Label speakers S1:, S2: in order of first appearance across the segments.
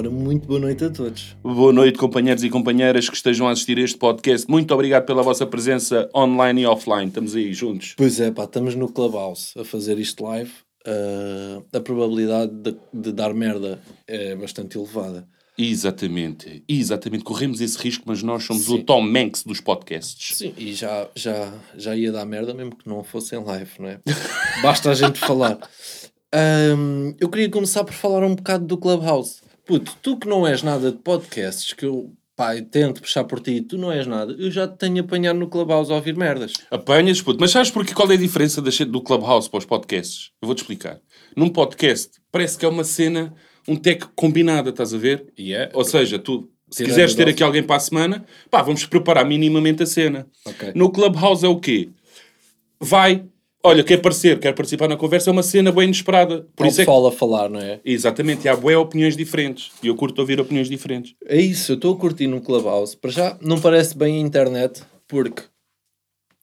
S1: noite a todos.
S2: Boa noite, companheiros e companheiras que estejam a assistir este podcast. Muito obrigado pela vossa presença online e offline. Estamos aí juntos.
S1: Pois é, pá, estamos no Clubhouse a fazer isto live. Ah, a probabilidade de, de dar merda é bastante elevada.
S2: Exatamente, exatamente. Corremos esse risco, mas nós somos
S1: Sim.
S2: o Tom Hanks dos podcasts.
S1: Sim, e já, já, já ia dar merda mesmo que não fosse em live, não é? Basta a gente falar. Ahm, eu queria começar por falar um bocado do Clubhouse. Puto, tu que não és nada de podcasts, que eu, pá, eu tento puxar por ti, tu não és nada, eu já te tenho apanhado no Clubhouse a ouvir merdas.
S2: Apanhas, puto. Mas sabes porque qual é a diferença da che- do Clubhouse para os podcasts? Eu vou-te explicar. Num podcast, parece que é uma cena, um tech combinada, estás a ver?
S1: E é?
S2: Ou seja, tu, se
S1: Tirando
S2: quiseres ter
S1: dose.
S2: aqui alguém para a semana, pá, vamos preparar minimamente a cena.
S1: Ok.
S2: No Clubhouse é o quê? Vai, olha, quer aparecer, quer participar na conversa, é uma cena bem inesperada. Por
S1: Por
S2: isso é que-
S1: pessoal a falar, não é?
S2: Exatamente, e há bué opiniões diferentes. E eu curto ouvir opiniões diferentes.
S1: É isso, eu estou a curtir no Clubhouse. Para já, não parece bem a internet, porque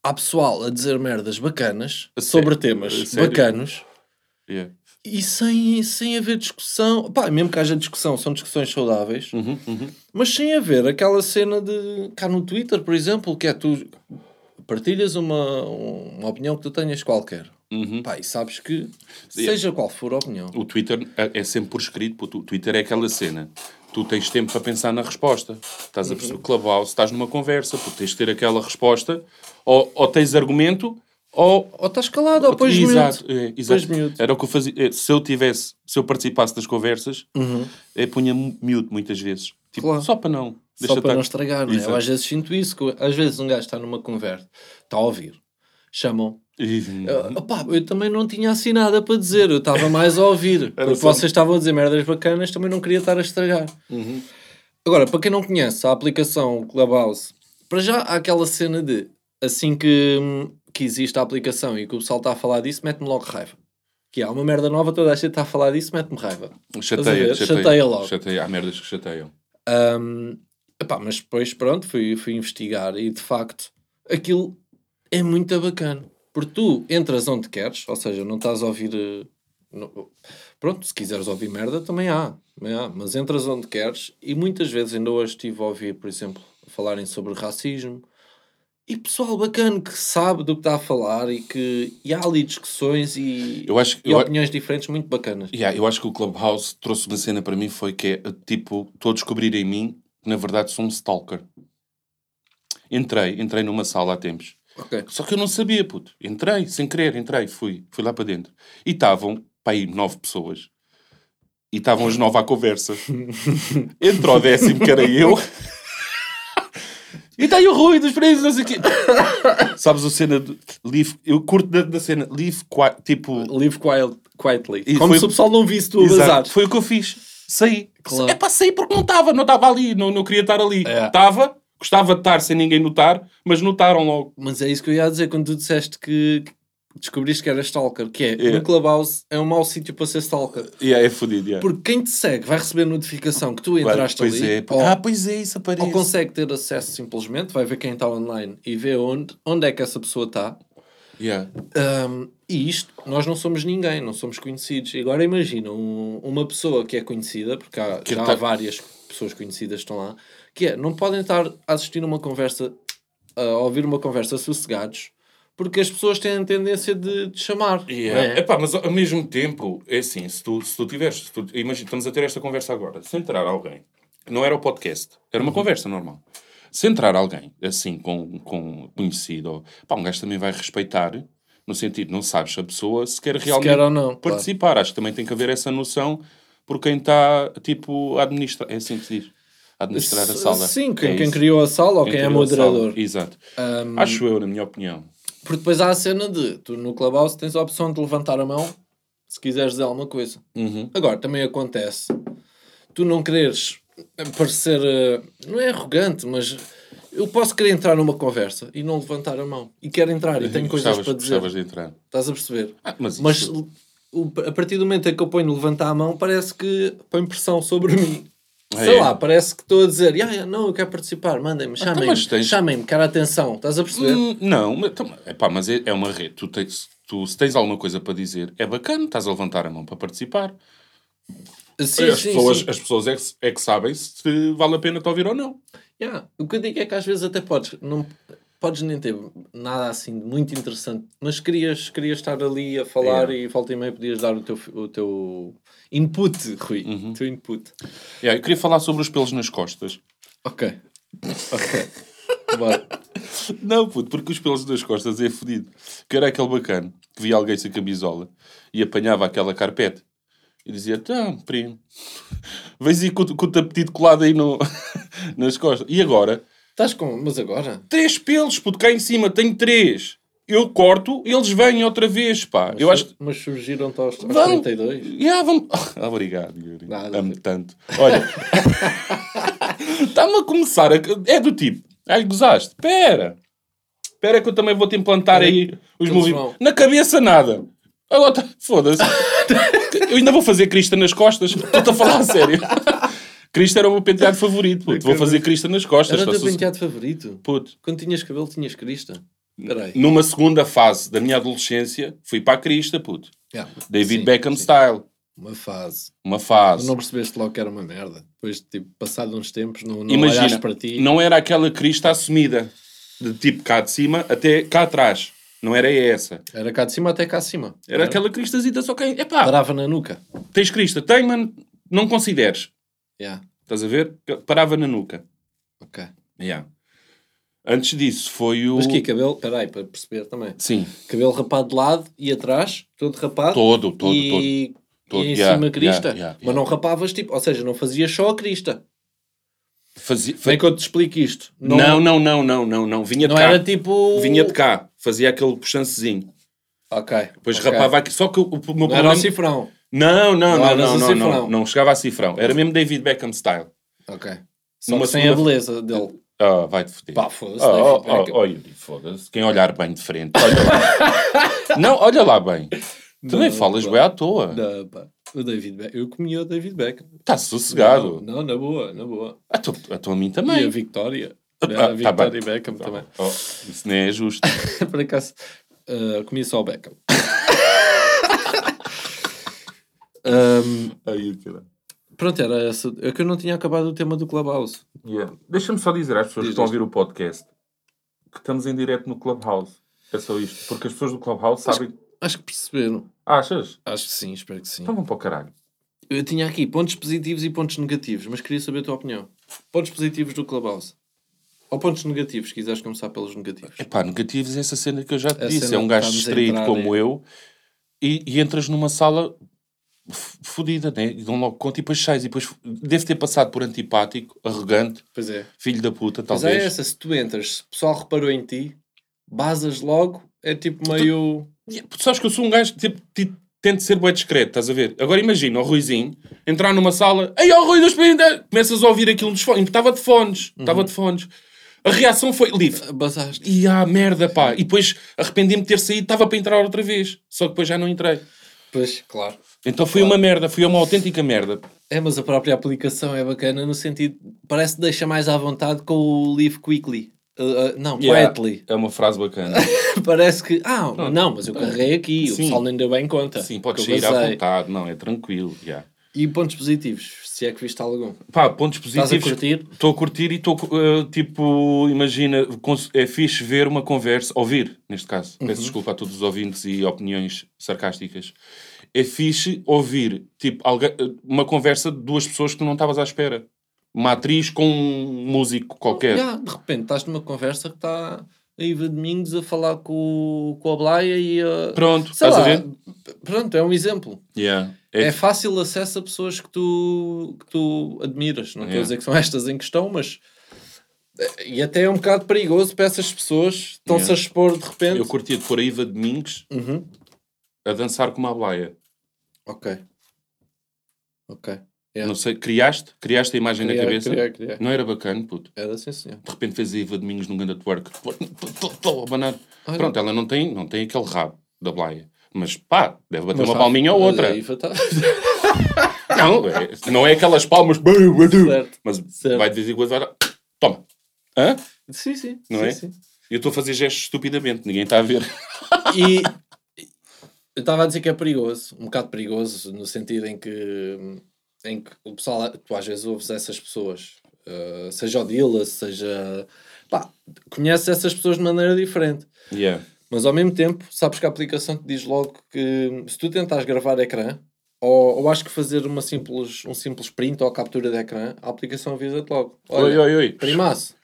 S1: há pessoal a dizer merdas bacanas
S2: A
S1: sobre
S2: sério?
S1: temas
S2: A sério?
S1: bacanos.
S2: Yeah.
S1: e sem, sem haver discussão. Pá, mesmo que haja discussão, são discussões saudáveis,
S2: Uhum, uhum.
S1: mas sem haver aquela cena de cá no Twitter, por exemplo, que é tu partilhas uma, uma opinião que tu tenhas qualquer.
S2: Uhum.
S1: Pá, e sabes que,
S2: Sim.
S1: seja qual for a opinião,
S2: O Twitter é- é sempre por escrito. puto. O Twitter é aquela cena. Tu tens tempo para pensar na resposta. Estás a perceber o Clubhouse, estás numa conversa, puto, tens de ter aquela resposta, ou, ou tens argumento, ou.
S1: ou estás calado, ou pões
S2: exato,
S1: mute.
S2: é, exato.
S1: Pões mute.
S2: Era o que eu fazia. é, Se eu tivesse, se eu participasse das conversas,
S1: Uhum.
S2: é, punha mute muitas vezes. Tipo,
S1: Claro.
S2: só para não.
S1: Só para
S2: estar-
S1: não estragar, não é? Eu
S2: Exato.
S1: às vezes sinto isso, que às vezes um gajo está numa conversa, está a ouvir, chamam
S2: E-
S1: Eu, opá, eu também não tinha assim nada para dizer, eu estava mais a ouvir. porque
S2: só-
S1: vocês estavam a dizer merdas bacanas, também não queria estar a estragar.
S2: Uhum.
S1: Agora, para quem não conhece a aplicação Clubhouse, para já há aquela cena de assim que, que existe a aplicação e que o pessoal está a falar disso, mete-me logo raiva. Que há uma merda nova, toda a gente está a falar disso, mete-me raiva. Estás a
S2: Chateia,
S1: ver?
S2: chateia,
S1: Chateia logo.
S2: Chateia. Há merdas que chateiam.
S1: Ahm, epá, mas depois, pronto, fui, fui investigar e de facto aquilo é muito bacana. Porque tu entras onde queres, ou seja, não estás a ouvir. eh, não- pronto, se quiseres ouvir merda, também há, também há, mas entras onde queres e muitas vezes, ainda hoje estive a ouvir, por exemplo, falarem sobre racismo. E pessoal bacana que sabe do que está a falar e que e há ali discussões e,
S2: Eu acho que.
S1: e
S2: eu a-
S1: opiniões diferentes muito bacanas.
S2: Yeah, eu acho que o Clubhouse trouxe uma cena para mim foi que é tipo, estou a descobrir em mim que na verdade sou um stalker. Entrei, entrei numa sala há tempos.
S1: Ok.
S2: Só que eu não sabia, puto. Entrei, sem querer, entrei, fui, fui lá para dentro. E estavam, pá, aí nove pessoas. E estavam as nove à conversa. Entrou o décimo, que era eu. E está aí o Rui dos presos, não sei o quê. Sabes a cena do. Leave, eu curto da, da cena. Leave, qui- tipo.
S1: Live quiet, quietly.
S2: E
S1: Como
S2: foi-
S1: se o pessoal não visse tu a
S2: Exato.
S1: bazar.
S2: Foi o que eu fiz. Saí.
S1: Claro.
S2: É para sair porque não estava, não estava ali, não, não queria estar ali.
S1: É.
S2: Estava, gostava de estar sem ninguém notar, mas notaram logo.
S1: Mas é isso que eu ia dizer quando tu disseste que descobriste que era stalker, que é
S2: É.
S1: no Clubhouse é um mau sítio para ser stalker.
S2: E é, é fodido, é.
S1: Porque quem te segue vai receber notificação que tu
S2: Claro,
S1: entraste
S2: pois
S1: ali
S2: é, pá.
S1: ou,
S2: Ah, pois é, isso
S1: ou
S2: aparece.
S1: consegue ter acesso simplesmente, vai ver quem está online e vê onde, onde é que essa pessoa está.
S2: Yeah.
S1: Ahm, e isto, nós não somos ninguém, não somos conhecidos. E agora imagina um- uma pessoa que é conhecida, porque há,
S2: Que
S1: já
S2: tá-
S1: há várias pessoas conhecidas que estão lá, que é, não podem estar a assistir uma conversa, a ouvir uma conversa sossegados, porque as pessoas têm a tendência de, de chamar. não
S2: Yeah.
S1: é?
S2: Epá, mas ao ao mesmo tempo, é assim, se tu, se tu tiveres, se tu- imagina, estamos a ter esta conversa agora, se entrar alguém, não era o podcast, era
S1: Uhum.
S2: uma conversa normal. Se entrar alguém, assim, com, com conhecido, ou- pá, um gajo também vai respeitar, no sentido, não sabes se a pessoa se quer realmente
S1: quer ou não,
S2: participar. Acho que também tem que haver essa noção por quem está, tipo, a administrar, é assim que se diz, a administrar a
S1: S-
S2: sala.
S1: Sim, quem,
S2: É
S1: quem
S2: isso.
S1: criou a sala ou
S2: Quem
S1: quem, é
S2: criou a sala.
S1: moderador.
S2: Exato. Acho eu, na minha opinião.
S1: Porque depois há a cena de, tu no Clubhouse tens a opção de levantar a mão se quiseres dizer alguma coisa.
S2: Uhum.
S1: Agora, também acontece tu não quereres parecer. eh, Não é arrogante, mas eu posso querer entrar numa conversa e não levantar a mão. E quero entrar e tenho coisas
S2: Gostavas-
S1: para dizer.
S2: gostavas de entrar.
S1: Estás a perceber?
S2: Ah, mas
S1: Mas
S2: isso-
S1: o- a partir do momento em que eu ponho levantar a mão, parece que põe pressão sobre mim.
S2: Ah,
S1: Sei
S2: é?
S1: lá, parece que estou a dizer, "Ya, ya, não, eu quero participar, mandem-me,
S2: Então,
S1: chamem-me,
S2: mas tens-
S1: chamem-me, quero atenção, estás a perceber?
S2: Hum, não, mas, então, epá, mas é, é uma rede. Tu, tens, tu se tens alguma coisa para dizer, é bacana, estás a levantar a mão para participar.
S1: Sim,
S2: as,
S1: sim,
S2: pessoas,
S1: sim.
S2: as pessoas é que, é que sabem se vale a pena te ouvir ou não.
S1: Yeah. O que eu digo é que às vezes até podes, não, podes nem ter nada assim de muito interessante, mas querias, querias estar ali a falar
S2: Yeah.
S1: e volta e meia podias dar o teu, o teu input, Rui.
S2: Uhum.
S1: O teu input.
S2: Yeah, eu queria falar sobre os pelos nas costas.
S1: Ok. Ok. Bora.
S2: Não, puto, porque os pelos nas costas é fodido. Que era aquele bacano que via alguém sem camisola e apanhava aquela carpete e dizia: Tá, primo, vês aí com, com o tapetito colado aí no, nas costas. E agora,
S1: Estás com. Mas agora?
S2: três pelos, puto, cá em cima, tenho três. Eu corto, eles vêm outra vez, pá. eu acho que.
S1: Mas surgiram-te aos, aos
S2: Vão.
S1: 32.
S2: Yeah, vamos... Ah, Obrigado, Yuri.
S1: Nada.
S2: Amo tanto. Olha, está-me a começar. A... É do tipo, ai, gozaste. Pera, pera que eu também vou-te implantar aí os
S1: Eles
S2: movimentos.
S1: vão.
S2: Na cabeça, nada. Agora, tá- foda-se. eu ainda vou fazer crista nas costas. Estou-te a falar a sério. crista era o meu penteado favorito. puto. Vou fazer crista nas costas.
S1: Era o teu
S2: Faço-
S1: penteado favorito.
S2: Puto.
S1: Quando tinhas cabelo, tinhas crista. Espera aí.
S2: Numa segunda fase da minha adolescência, fui para a crista, puto.
S1: Yeah.
S2: David
S1: Sim,
S2: Beckham
S1: sim.
S2: style.
S1: Uma fase.
S2: Uma fase.
S1: Tu não percebeste logo que era uma merda. Depois, tipo, passado uns tempos, não, não olhaste
S2: Imagina,
S1: para ti.
S2: não era aquela crista assumida, de tipo cá de cima até cá atrás. Não era essa.
S1: Era cá de cima até cá acima.
S2: Era aquela cristazita, só que... Epá,
S1: Parava na nuca.
S2: tens crista, tem, mano, não consideres.
S1: Yeah.
S2: Estás a ver? Parava na nuca.
S1: Ok.
S2: Yeah. Antes disso foi o...
S1: Mas que cabelo, peraí, para perceber também.
S2: Sim,
S1: Cabelo rapado de lado e atrás, todo rapado.
S2: todo, todo, todo.
S1: e,
S2: todo.
S1: e em
S2: Yeah,
S1: cima
S2: yeah,
S1: crista.
S2: yeah,
S1: Mas
S2: yeah.
S1: não rapavas tipo, ou seja, não fazias só a crista.
S2: Fazia...
S1: Como é que eu te explico isto?
S2: Não, não, não, não, não, não, Vinha de
S1: não
S2: cá.
S1: era tipo.
S2: Vinha de cá. Fazia aquele puxancezinho.
S1: Ok.
S2: Depois
S1: ok.
S2: rapava aqui. Só que o, o meu é
S1: Não era o cifrão.
S2: Não, não,
S1: Não
S2: não,
S1: eras
S2: não,
S1: o
S2: não,
S1: cifrão.
S2: não, não chegava a cifrão. Era mesmo David Beckham style.
S1: Ok. Só
S2: Numa
S1: que sem a
S2: segunda-
S1: beleza dele.
S2: Ah, vai-te foder.
S1: Pá, foda-se.
S2: Ah,
S1: deve-
S2: oh,
S1: peraí que-
S2: oh, oh, Yuri, foda-se. Quem olhar bem de frente, olha lá. não, olha lá bem. Tu nem
S1: Não,
S2: falas
S1: pá.
S2: bem à toa.
S1: Não, pá. O David Beck. Eu comia o David Beck.
S2: Está sossegado.
S1: Não, não, na boa, na boa.
S2: A tu, a tu a mim
S1: E
S2: também.
S1: a Victoria.
S2: Ah,
S1: Era a
S2: tá
S1: Victoria
S2: bem.
S1: Beckham também.
S2: Oh, isso nem é justo.
S1: Por acaso, ah, comia só o Beckham. Ahm,
S2: Aí, cara.
S1: pronto, era essa. É que eu não tinha acabado o tema do Clubhouse.
S2: Yeah. Deixa-me só dizer às pessoas
S1: Diz,
S2: que estão a ouvir o podcast que estamos em direto no Clubhouse. É só isto. Porque as pessoas do Clubhouse sabem. Ah,
S1: Acho que perceberam.
S2: Achas?
S1: Acho que sim, espero que sim.
S2: Então vão para o caralho.
S1: Eu tinha aqui pontos positivos e pontos negativos, mas queria saber a tua opinião. Pontos positivos do Clubhouse. Ou pontos negativos, se quiseres começar pelos negativos.
S2: Epá, negativos é essa cena que eu já te
S1: A
S2: disse.
S1: cena
S2: É um
S1: que
S2: gajo
S1: estamos a
S2: distraído
S1: entrar é-
S2: como eu e, e entras numa sala f- fodida, né? E dão logo conta e depois sais. E depois f- deve ter passado por antipático, arrogante,
S1: Pois é.
S2: filho da puta,
S1: Mas é
S2: talvez.
S1: essa, se tu entras, se o pessoal reparou em ti, basas logo, é tipo meio.
S2: E, pô, sabes que eu sou um gajo que tipo, ti- tento ser bem discreto, estás a ver? Agora imagina o Ruizinho entrar numa sala, ei, ó Rui, dos Pinda! Começas a ouvir aquilo nos fones, estava de fones,
S1: Uhum.
S2: estava de fones. A reação foi livre.
S1: Basaste.
S2: E ah, merda, pá. E depois arrependi-me de ter saído, estava para entrar outra vez. Só que depois já não entrei.
S1: Pois, claro.
S2: Então foi uma merda, foi uma autêntica merda.
S1: É, mas a própria aplicação é bacana no sentido. Parece que deixa mais à vontade com o Live Quickly. Uh, uh, não, Quietly.
S2: É uma frase bacana.
S1: Parece que. Ah, não, mas eu carreguei aqui. O
S2: Sim.
S1: pessoal nem deu bem conta.
S2: Sim, podes
S1: que eu
S2: sair à
S1: basei.
S2: vontade, não, é tranquilo. já.
S1: E pontos positivos, se é que viste algum.
S2: Pá, pontos
S1: Estás a
S2: positivos.
S1: curtir?
S2: Estou a curtir e estou, eh, tipo, imagina, cons- é fixe ver uma conversa, ouvir, neste caso.
S1: Uhum.
S2: Peço desculpa a todos os ouvintes e opiniões sarcásticas. É fixe ouvir, tipo, alga- eh, uma conversa de duas pessoas que tu não estavas à espera. Uma atriz com um músico qualquer.
S1: Já, de repente estás numa conversa que está a Iva Domingos a falar com, com a Blaia e a.
S2: Pronto,
S1: Sei
S2: estás
S1: lá,
S2: a ver?
S1: Pronto, é um exemplo.
S2: Yeah.
S1: É,
S2: É,
S1: fácil acesso a pessoas que tu, que tu admiras. Não estou a
S2: Yeah.
S1: dizer que são estas em questão, mas. E até é um bocado perigoso para essas pessoas estão-se
S2: Yeah.
S1: a expor de repente.
S2: eu curtia de pôr a Iva Domingos
S1: Uhum.
S2: a dançar com uma blaia.
S1: Ok. Ok.
S2: Não sei, criaste? Criaste a imagem na
S1: Queria-
S2: cabeça?
S1: queria- queria.
S2: Não era bacana, puto.
S1: Era assim, senhor.
S2: De repente fez a Iva Domingos num grande twerk. Estou a abanar.
S1: Olha.
S2: Pronto, ela não tem, não tem aquele rabo da blaia. Mas pá, deve bater uma palminha ou outra.
S1: A Iva está.
S2: Não, é- não é aquelas palmas.
S1: Certo.
S2: Mas
S1: Certo.
S2: vai de vez em quando vai lá. Toma. Hã?
S1: Sim, sim.
S2: Não
S1: sim,
S2: é?
S1: sim.
S2: Eu estou a fazer gestos estupidamente, ninguém está a ver.
S1: E eu estava a dizer que é perigoso, um bocado perigoso, no sentido em que hum, em que o pessoal, tu às vezes ouves essas pessoas, eh, seja o Dilla, seja. pá, conheces essas pessoas de maneira diferente.
S2: Yeah.
S1: Mas ao mesmo tempo, sabes que a aplicação te diz logo que se tu tentares gravar ecrã, ou, ou acho que fazer uma simples, um simples print ou captura de ecrã, a aplicação avisa-te logo.
S2: Oi,
S1: Olha,
S2: oi, oi.
S1: primaço,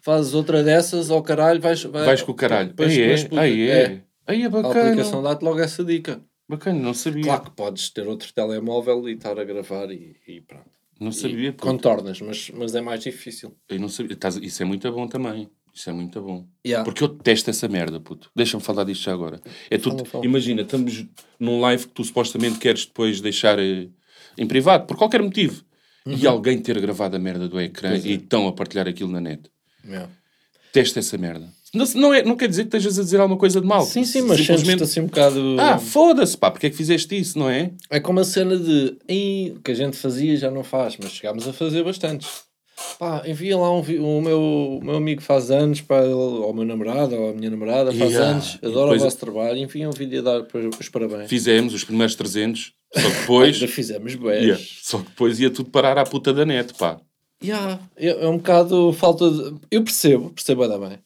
S1: fazes outra dessas ou caralho, vais, vai-
S2: Vais com o caralho.
S1: Vais
S2: Aí
S1: com
S2: é,
S1: as putas.
S2: aí é. Aí é
S1: A
S2: bacana.
S1: aplicação dá-te logo essa dica.
S2: Bacana, não sabia.
S1: Claro que podes ter outro telemóvel e estar a gravar e, e pronto.
S2: Não sabia.
S1: E
S2: puto.
S1: contornas, mas, mas é mais difícil.
S2: Eu não sabia. Estás- Isso é muito bom também. Isso é muito bom.
S1: Yeah.
S2: Porque eu detesto essa merda, puto. Deixa-me falar disto já agora. É tu,
S1: Fala, fala.
S2: Imagina, estamos num live que tu supostamente queres depois deixar eh, em privado, por qualquer motivo. E
S1: Uhum.
S2: alguém ter gravado a merda do ecrã
S1: é.
S2: e estão a partilhar aquilo na net.
S1: Yeah.
S2: Testa essa merda. Não, se- não é, não quer dizer que estejas a dizer alguma coisa de mal.
S1: Sim, sim, mas
S2: Oh, Simplesmente,
S1: sentes-te assim um bocado...
S2: Ah, foda-se, pá, porque é que fizeste isso, não é?
S1: É como a cena de "Ei, o que a gente fazia já não faz, mas chegámos a fazer bastantes. Pá, envia lá um vi- o meu, o meu amigo faz anos, pá, ele- ou o meu namorado, ou a minha namorada faz
S2: Yeah.
S1: anos,
S2: E
S1: adoro
S2: depois-
S1: o vosso trabalho, envia um vídeo a dar para- os parabéns.
S2: Fizemos os primeiros 300, só que depois.
S1: Já fizemos bem.
S2: Yeah, Só que depois ia tudo parar à puta da net, pá.
S1: Yeah, é é um bocado falta de. Eu percebo, percebo ainda bem.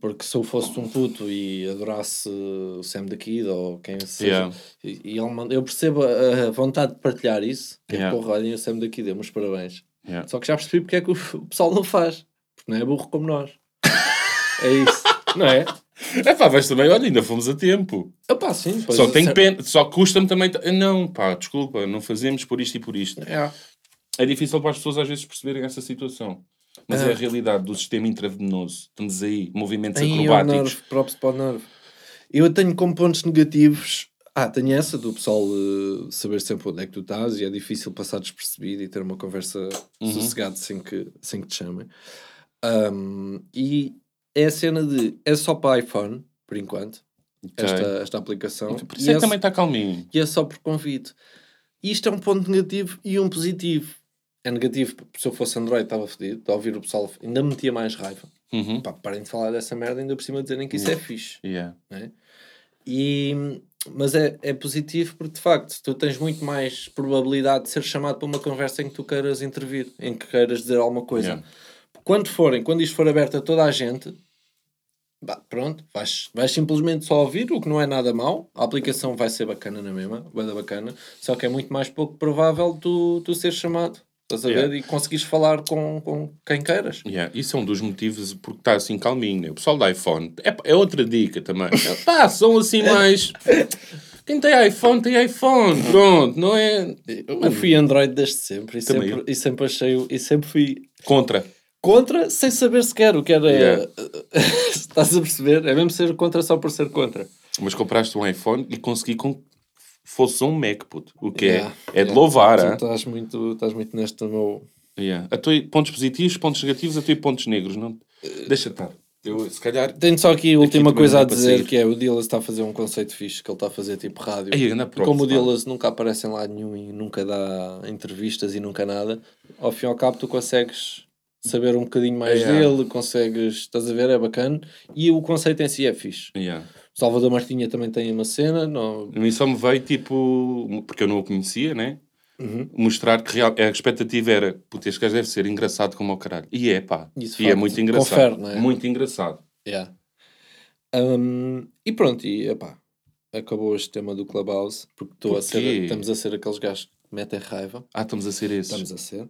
S1: Porque se eu fosse um puto e adorasse o Sam da Kid ou quem seja,
S2: Yeah.
S1: e, e ele manda- eu percebo a, a vontade de partilhar isso. Que
S2: Yeah.
S1: porra, olhem o Sam da Kid, é meus parabéns.
S2: Yeah.
S1: Só que já percebi porque é que o, o pessoal não faz. Porque não é burro como nós. é isso, não é?
S2: É pá, mas também, olha, ainda fomos a tempo.
S1: Eu passo sim. pois
S2: só
S1: é
S2: tem
S1: cer-
S2: pena, só custa-me também. t- Não, pá, desculpa, não fazemos por isto e por isto.
S1: Yeah.
S2: É difícil para as pessoas às vezes perceberem essa situação. Mas é a realidade do sistema intravenoso. Estamos aí, movimentos
S1: Ah. Aí é o
S2: acrobáticos.
S1: nervo, props para o nervo. Eu tenho como pontos negativos. Ah, tenho essa do pessoal eh, saber sempre onde é que tu estás e é difícil passar despercebido e ter uma conversa
S2: Uhum.
S1: sossegada sem que, sem que te chamem. Ahm, e é a cena de. É só para iPhone, por enquanto,
S2: Ok.
S1: esta, esta aplicação.
S2: Por
S1: E
S2: isso é
S1: é
S2: que também está calminho.
S1: e é só por convite. Isto é um ponto negativo e um positivo. É negativo, porque se eu fosse Android estava fedido, de ouvir o pessoal ainda metia mais raiva.
S2: Uhum.
S1: Pá, parem de falar dessa merda, ainda por cima dizerem que isso é fixe. é?
S2: Yeah.
S1: E, mas é, é positivo porque de facto tu tens muito mais probabilidade de ser chamado para uma conversa em que tu queiras intervir, em que queiras dizer alguma coisa.
S2: Yeah.
S1: Quando forem, quando isto for aberto a toda a gente, bah, pronto, vais, vais simplesmente só ouvir, o que não é nada mau. A aplicação vai ser bacana na mesma, vai dar bacana, só que é muito mais pouco provável tu, tu seres chamado. Estás a ver?
S2: Yeah.
S1: E conseguires falar com, com quem queiras.
S2: Yeah, Isso é um dos motivos porque está assim calminho. né? O pessoal do iPhone é, é outra dica também. É, Pá, são assim mais. Quem tem iPhone tem iPhone. Pronto, não é.
S1: Eu fui Android desde sempre e,
S2: Também
S1: sempre, e sempre achei o- e sempre fui
S2: Contra.
S1: contra sem saber sequer o que era.
S2: Yeah.
S1: Estás a perceber? É mesmo ser contra só por ser contra.
S2: Mas compraste um iPhone e consegui com que fosse um Mac, puto. O que é-
S1: Yeah,
S2: é, de
S1: yeah. Então-
S2: louvar,
S1: Tu
S2: hã?
S1: estás muito, estás muito neste meu.
S2: Yeah. A tua, pontos positivos, pontos negativos, a tua pontos negros, não? Deixa estar. Eu, se calhar...
S1: Tenho só aqui a última
S2: também
S1: coisa
S2: não
S1: a
S2: é para
S1: dizer
S2: sair.
S1: que é o Dillas está a fazer um conceito fixe que ele está a fazer tipo rádio.
S2: Aí, anda
S1: E
S2: props,
S1: como o
S2: pá.
S1: Dillas nunca aparece em lado nenhum e nunca dá entrevistas e nunca nada, ao fim e ao cabo tu consegues saber um bocadinho mais
S2: Yeah.
S1: dele, consegues, estás a ver, é bacana. E o conceito em si é fixe.
S2: Yeah.
S1: Salvador Martinha também tem uma cena, não...
S2: A mim só me veio, tipo... Porque eu não o conhecia, né?
S1: Uhum.
S2: Mostrar que real, a expectativa era... Puto, este gajo deve ser engraçado como o caralho. E é, pá.
S1: Isso
S2: e é
S1: facto.
S2: muito engraçado.
S1: Confere, não é?
S2: Muito engraçado.
S1: Yeah. Um, e pronto, e epá, acabou este tema do Clubhouse, porque estou a
S2: Por
S1: ser,
S2: quê?
S1: estamos a ser aqueles gajos que metem raiva.
S2: Ah, estamos a ser esses.
S1: Estamos a ser.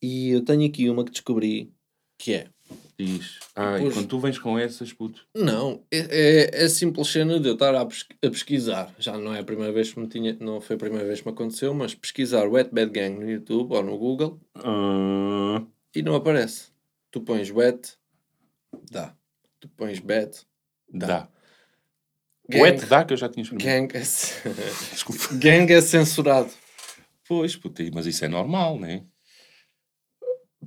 S1: E eu tenho aqui uma que descobri que é.
S2: Diz. Ai,
S1: Pois.
S2: quando tu vens com essas, puto...
S1: Não, é, é, é a simples cena de eu estar a, pesqu- a pesquisar. Já não é a primeira vez que me tinha, não foi a primeira vez que me aconteceu, mas pesquisar Wet Bad Gang no YouTube ou no Google
S2: Ah,
S1: e não aparece. Tu pões wet, dá. Tu pões bad,
S2: dá.
S1: Gang.
S2: Wet dá, que eu já tinha experimentado.
S1: gang é,
S2: Desculpa.
S1: gang é censurado.
S2: Pois, puto, mas isso é normal, né?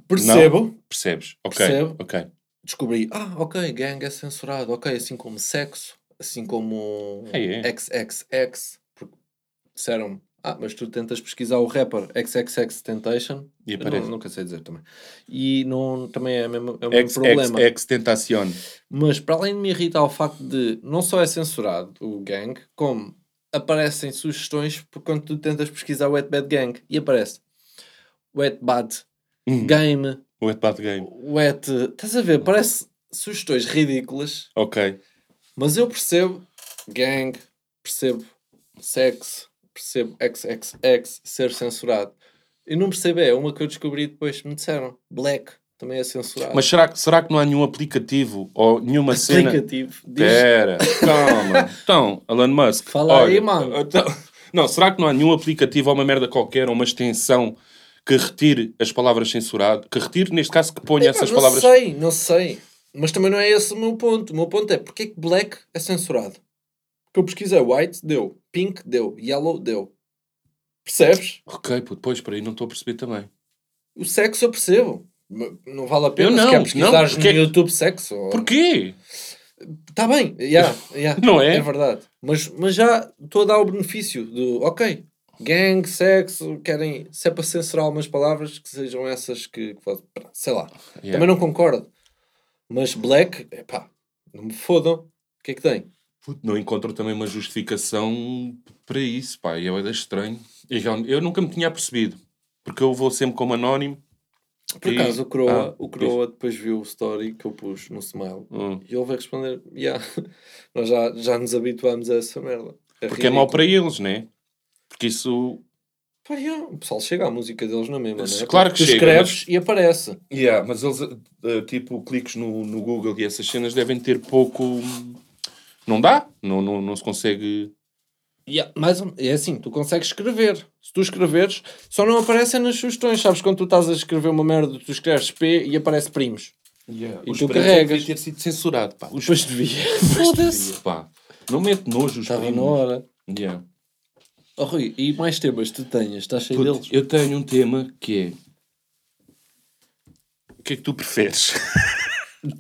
S1: Percebo.
S2: Percebes? Ok.
S1: Percebo.
S2: Ok.
S1: Descobri, ah, ok, gang é censurado, ok, assim como sexo, assim como
S2: É, é.
S1: XXX. Porque disseram ah, mas tu tentas pesquisar o rapper XXX Tentation.
S2: E
S1: Eu
S2: aparece.
S1: Não, nunca sei dizer também. E não, também é, mesmo, é o mesmo
S2: Ex, ex,
S1: problema.
S2: ex tentacion.
S1: Mas para além de me irritar o facto de não só é censurado o gang, como aparecem sugestões por quando tu tentas pesquisar o Wet Bad Gang e aparece wet bat game,
S2: Wet é Bad Game.
S1: wet. Estás a ver? Parece sugestões ridículas,
S2: Ok.
S1: mas eu percebo gang, percebo sexo, percebo XXX ser censurado. E não percebo, é uma que eu descobri depois, me disseram. Black também é censurado.
S2: Mas será, que- será que não há nenhum aplicativo ou nenhuma cena?
S1: Aplicativo. Diz,
S2: Pera, calma. Então, Elon Musk.
S1: Fala aí, mano.
S2: então- não, será que não há nenhum aplicativo ou uma merda qualquer, ou uma extensão que retire as palavras censurado? Que retire, neste caso, que ponha essas
S1: não
S2: palavras.
S1: sei, não sei. Mas também não é esse o meu ponto. O meu ponto é porque é que black é censurado? Porque eu pesquisei white, deu. Pink, deu. Yellow, deu. Percebes?
S2: Ok, puto, pois, por aí não estou a perceber também.
S1: O sexo eu percebo. Mas Não vale a pena
S2: Eu
S1: se
S2: não,
S1: quer pesquisares
S2: não, porque- é
S1: no YouTube sexo. ou-
S2: Porquê?
S1: Tá bem, yeah, yeah.
S2: Não é?
S1: É verdade. Mas, mas já estou a dar o benefício do ok. Gang, sexo, querem. Se é para censurar algumas palavras, que sejam essas que. que pode- sei lá.
S2: Yeah.
S1: Também não concordo. Mas Black, epá, não me fodam. O que é que tem?
S2: Puto, não encontro também uma justificação para isso, pá, e é bué estranho. E real- Eu nunca me tinha apercebido, porque eu vou sempre como anónimo.
S1: Por
S2: E-
S1: acaso, o Croa,
S2: Ah,
S1: o Croa depois viu o story que eu pus no Smile
S2: Hum.
S1: e ele vai responder: yeah, nós já, já nos habituámos a essa merda.
S2: Porque é mau
S1: ridículo.
S2: para eles, né? Porque isso.
S1: Pá, yeah, O pessoal chega à música deles na mesma,
S2: Se-
S1: né?
S2: claro que
S1: tu
S2: chega,
S1: escreves e aparece.
S2: Yeah, mas eles, eh, tipo, cliques no, no Google e essas cenas devem ter pouco. Não dá? Não, não, não se consegue.
S1: Yeah, mais ou- é assim, tu consegues escrever. Se tu escreveres, só não aparecem nas sugestões. Sabes quando tu estás a escrever uma merda, tu escreves P e aparece primos. E tu
S2: pretos
S1: carregas.
S2: devia ter sido censurado, pá. Os
S1: Depois devia. Foda-se.
S2: pretos, pá. Não mete nojo os
S1: Estava na
S2: primos.
S1: hora.
S2: Yeah.
S1: Oh, Rui, e mais temas tu tenhas? Estás cheio
S2: Puto,
S1: deles?
S2: eu tenho um tema que é. O que é que tu preferes?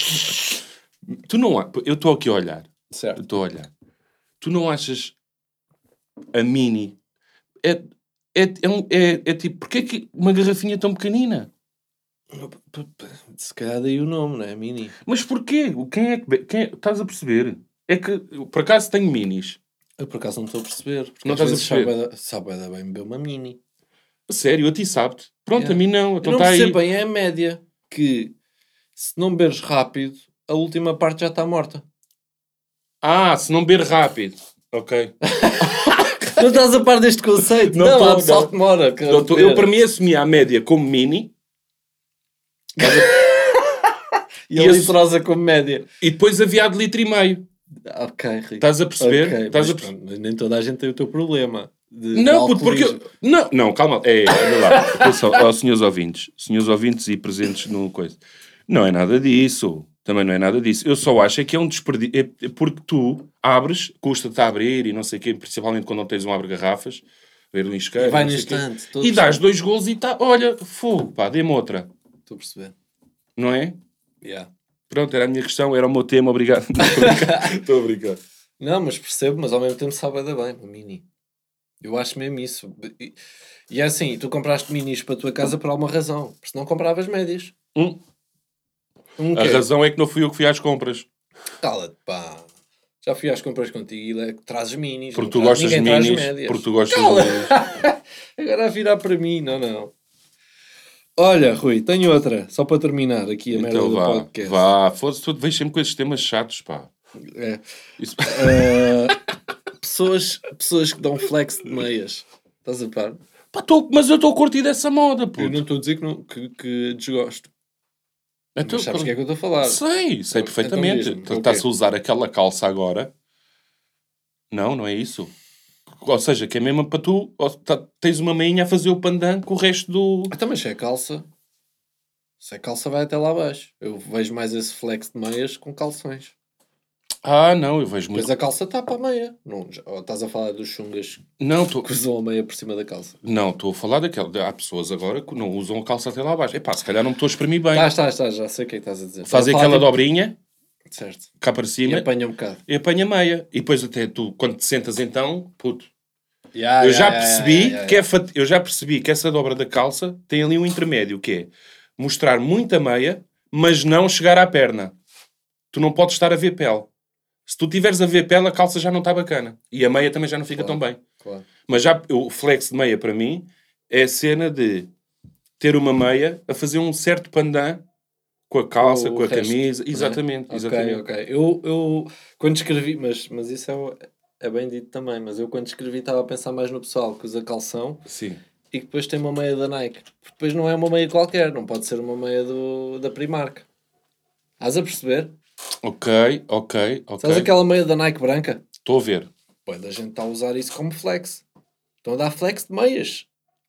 S2: tu não. a- Eu estou aqui a olhar. Eu
S1: Certo.
S2: estou a olhar. Tu não achas a mini. É, é, é, um- é, é tipo. Porquê que uma garrafinha tão pequenina?
S1: Se calhar daí o nome, não é? Mini.
S2: Mas porquê? Quem é que. be- Quem é- estás a perceber? É que. eu, Por acaso tenho minis.
S1: Eu por acaso não estou a perceber. Porque
S2: Não
S1: às
S2: estás a
S1: vezes
S2: perceber?
S1: Sabe, a da- sabe a da bem beber uma mini.
S2: Sério, a ti sabe-te. Pronto,
S1: Yeah.
S2: a mim não. Então
S1: eu não
S2: está aí.
S1: percebo bem, é a média que se não beres rápido, a última parte já está morta.
S2: Ah, se não beber rápido. Ok.
S1: não estás a par deste conceito?
S2: Não
S1: Não,
S2: estou,
S1: há pessoal
S2: não.
S1: que mora. que
S2: Então, tu-
S1: beber.
S2: eu para mim assumi a média como mini
S1: E a
S2: esse-
S1: litrosa como média.
S2: e depois havia a de litro e meio.
S1: Ok, Rui.
S2: Estás a perceber?
S1: Ok,
S2: Estás
S1: mas
S2: a perce-
S1: pronto, mas nem toda a gente tem o teu problema. de-
S2: Não,
S1: de
S2: puto, porque.
S1: alcoolismo.
S2: eu- Não, não, calma. É, olha lá. Atenção, aos senhores ouvintes. Senhores ouvintes e presentes no coisa. Não é nada disso. Também não é nada disso. Eu só acho é que é um desperdício. é- é porque tu abres, custa-te a abrir e não sei o quê, principalmente quando não tens um abre-garrafas, ver um isqueiro.
S1: E vai
S2: não
S1: no
S2: sei o quê.
S1: instante. estou a
S2: E dás dois golos e está. Olha, fogo, pá, dê-me outra.
S1: perceber, Estou a perceber.
S2: Não é?
S1: Yeah.
S2: Pronto, era a minha questão, era o meu tema, obrigado. Estou a brincar, Estou a brincar.
S1: Não, mas percebo, mas ao mesmo tempo sabe da bem, o mini. Eu acho mesmo isso. E, e é assim, tu compraste minis para a tua casa por alguma razão, porque senão compravas médias.
S2: Hum.
S1: Um
S2: A
S1: quê?
S2: razão é que não fui eu que fui às compras.
S1: Cala-te, pá. Já fui às compras contigo e le- trazes minis.
S2: Porque
S1: não
S2: tu
S1: traz-
S2: gostas de
S1: ninguém traz
S2: minis.
S1: médias.
S2: Porque tu gostas
S1: Cala!
S2: de minis.
S1: Agora a virar para mim, não, não. Olha, Rui, tenho outra, só para terminar aqui a merda
S2: Então
S1: do
S2: vá,
S1: podcast.
S2: vá, foda-se, tu vens sempre com esses temas chatos, pá.
S1: É.
S2: Isso-
S1: Ah, pessoas, pessoas que dão flex de meias. Estás a par?
S2: Pá, tô- mas eu estou a curtir dessa moda, pô.
S1: Eu não estou a dizer que, não, que, que desgosto.
S2: Então,
S1: mas sabes o
S2: pronto.
S1: que é que eu estou a falar?
S2: Sei, sei
S1: Então
S2: perfeitamente.
S1: diz-me, é o
S2: Está-se
S1: quê?
S2: a usar aquela calça agora. Não, não é isso. Ou seja, que é mesmo para tu. ou tá- tens uma meinha a fazer o pandan com o resto do.
S1: Então, mas se é calça, se é calça vai até lá abaixo. Eu vejo mais esse flex de meias com calções.
S2: Ah, não, eu vejo muito.
S1: Mas a calça tapa a meia. Não, já- ou estás a falar dos chungas
S2: Não, estou.
S1: que usam a meia por cima da calça.
S2: Não, estou a falar daquela. Há pessoas agora que não usam a calça até lá abaixo. Epá, se calhar não me estou a exprimir bem.
S1: Tá, está, está, já sei o que é que estás a dizer.
S2: Fazem
S1: Estás a
S2: aquela
S1: falar,
S2: dobrinha
S1: tipo, Certo.
S2: cá para
S1: E
S2: cima
S1: apanha um bocado.
S2: e apanha meia. E depois até tu, quando te sentas então, puto.
S1: Yeah,
S2: eu
S1: yeah,
S2: já
S1: yeah,
S2: percebi
S1: yeah, yeah,
S2: que é fat- eu já percebi que essa dobra da calça tem ali um intermédio que é mostrar muita meia, mas não chegar à perna. Tu não podes estar a ver pele. Se tu tiveres a ver pele, a calça já não está bacana. E a meia também já não fica
S1: Claro.
S2: tão bem.
S1: Claro.
S2: Mas já o flex de meia para mim é a cena de ter uma meia a fazer um certo pandan com a calça,
S1: o
S2: com, a
S1: resto,
S2: camisa.
S1: não é?
S2: Exatamente,
S1: Ok,
S2: exatamente.
S1: ok. Eu, eu quando escrevi, mas, mas isso é, o- é bem dito também, mas eu quando escrevi estava a pensar mais no pessoal que usa calção
S2: Sim.
S1: e que depois tem uma meia da Nike. Porque depois não é uma meia qualquer, não pode ser uma meia do, da Primark. Estás a perceber?
S2: Ok, ok,
S1: Estás
S2: ok.
S1: aquela meia da Nike branca?
S2: Estou a ver.
S1: Pô, da gente está a usar isso como flex. Estão a dar flex de meias.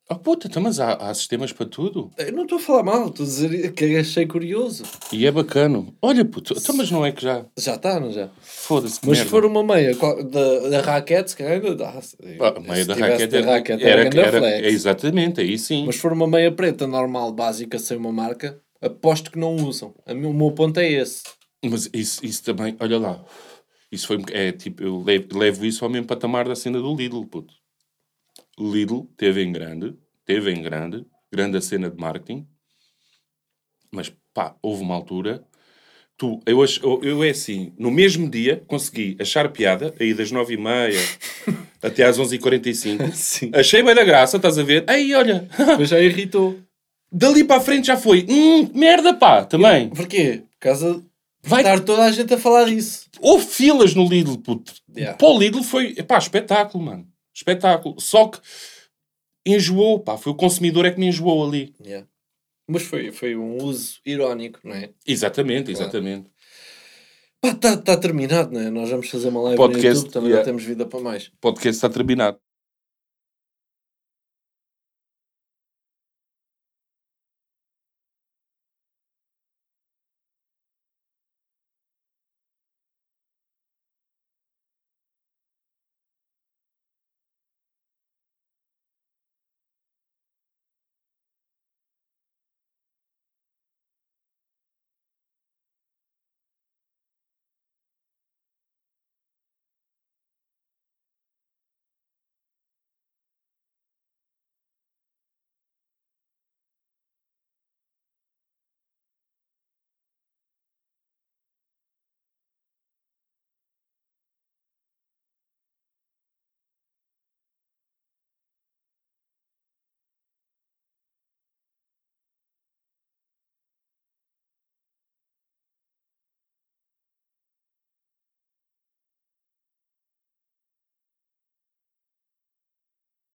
S2: Ah, puta, então, mas há, há sistemas para tudo.
S1: Eu não estou a falar mal, estou a dizer que achei curioso.
S2: E é bacana. Olha, puto, então, mas não é que já.
S1: Já está, não já?
S2: Foda-se. que
S1: Mas se
S2: merda.
S1: for uma meia qual- da, da raquete, se calhar ainda dá.
S2: Ah, a meia
S1: Se
S2: da
S1: tivesse
S2: raquete era,
S1: raquete,
S2: era,
S1: grande
S2: era-
S1: flex.
S2: é exatamente, aí sim.
S1: Mas se for uma meia preta normal, básica, sem uma marca, aposto que não usam. A mim- o meu ponto é esse.
S2: Mas isso, isso também, olha lá. Isso foi, um boc- é tipo, eu levo, levo isso ao mesmo patamar da cena do Lidl, puto. Lidl teve em grande, teve em grande, grande a cena de marketing. Mas pá, houve uma altura. Tu, eu, ach- eu, eu é assim, no mesmo dia consegui achar piada, aí das 9h30 até às 11h45.
S1: Sim.
S2: Achei bem da graça, estás a ver? Aí, olha,
S1: Mas já irritou.
S2: dali para a frente já foi. Hum, merda, pá, também.
S1: Porquê? Por causa de
S2: Vai
S1: estar toda a gente a falar disso.
S2: houve filas no Lidl, puto.
S1: Yeah.
S2: Para o Lidl foi, pá, espetáculo, mano. Espetáculo. Só que enjoou, pá. Foi o consumidor é que me enjoou ali.
S1: Yeah. Mas foi, foi um uso irónico, não é?
S2: Exatamente,
S1: Claro.
S2: exatamente.
S1: Pá, está tá terminado, não é? Nós vamos fazer uma live
S2: Podcast,
S1: no YouTube, também não
S2: yeah.
S1: temos vida para mais.
S2: O podcast está terminado.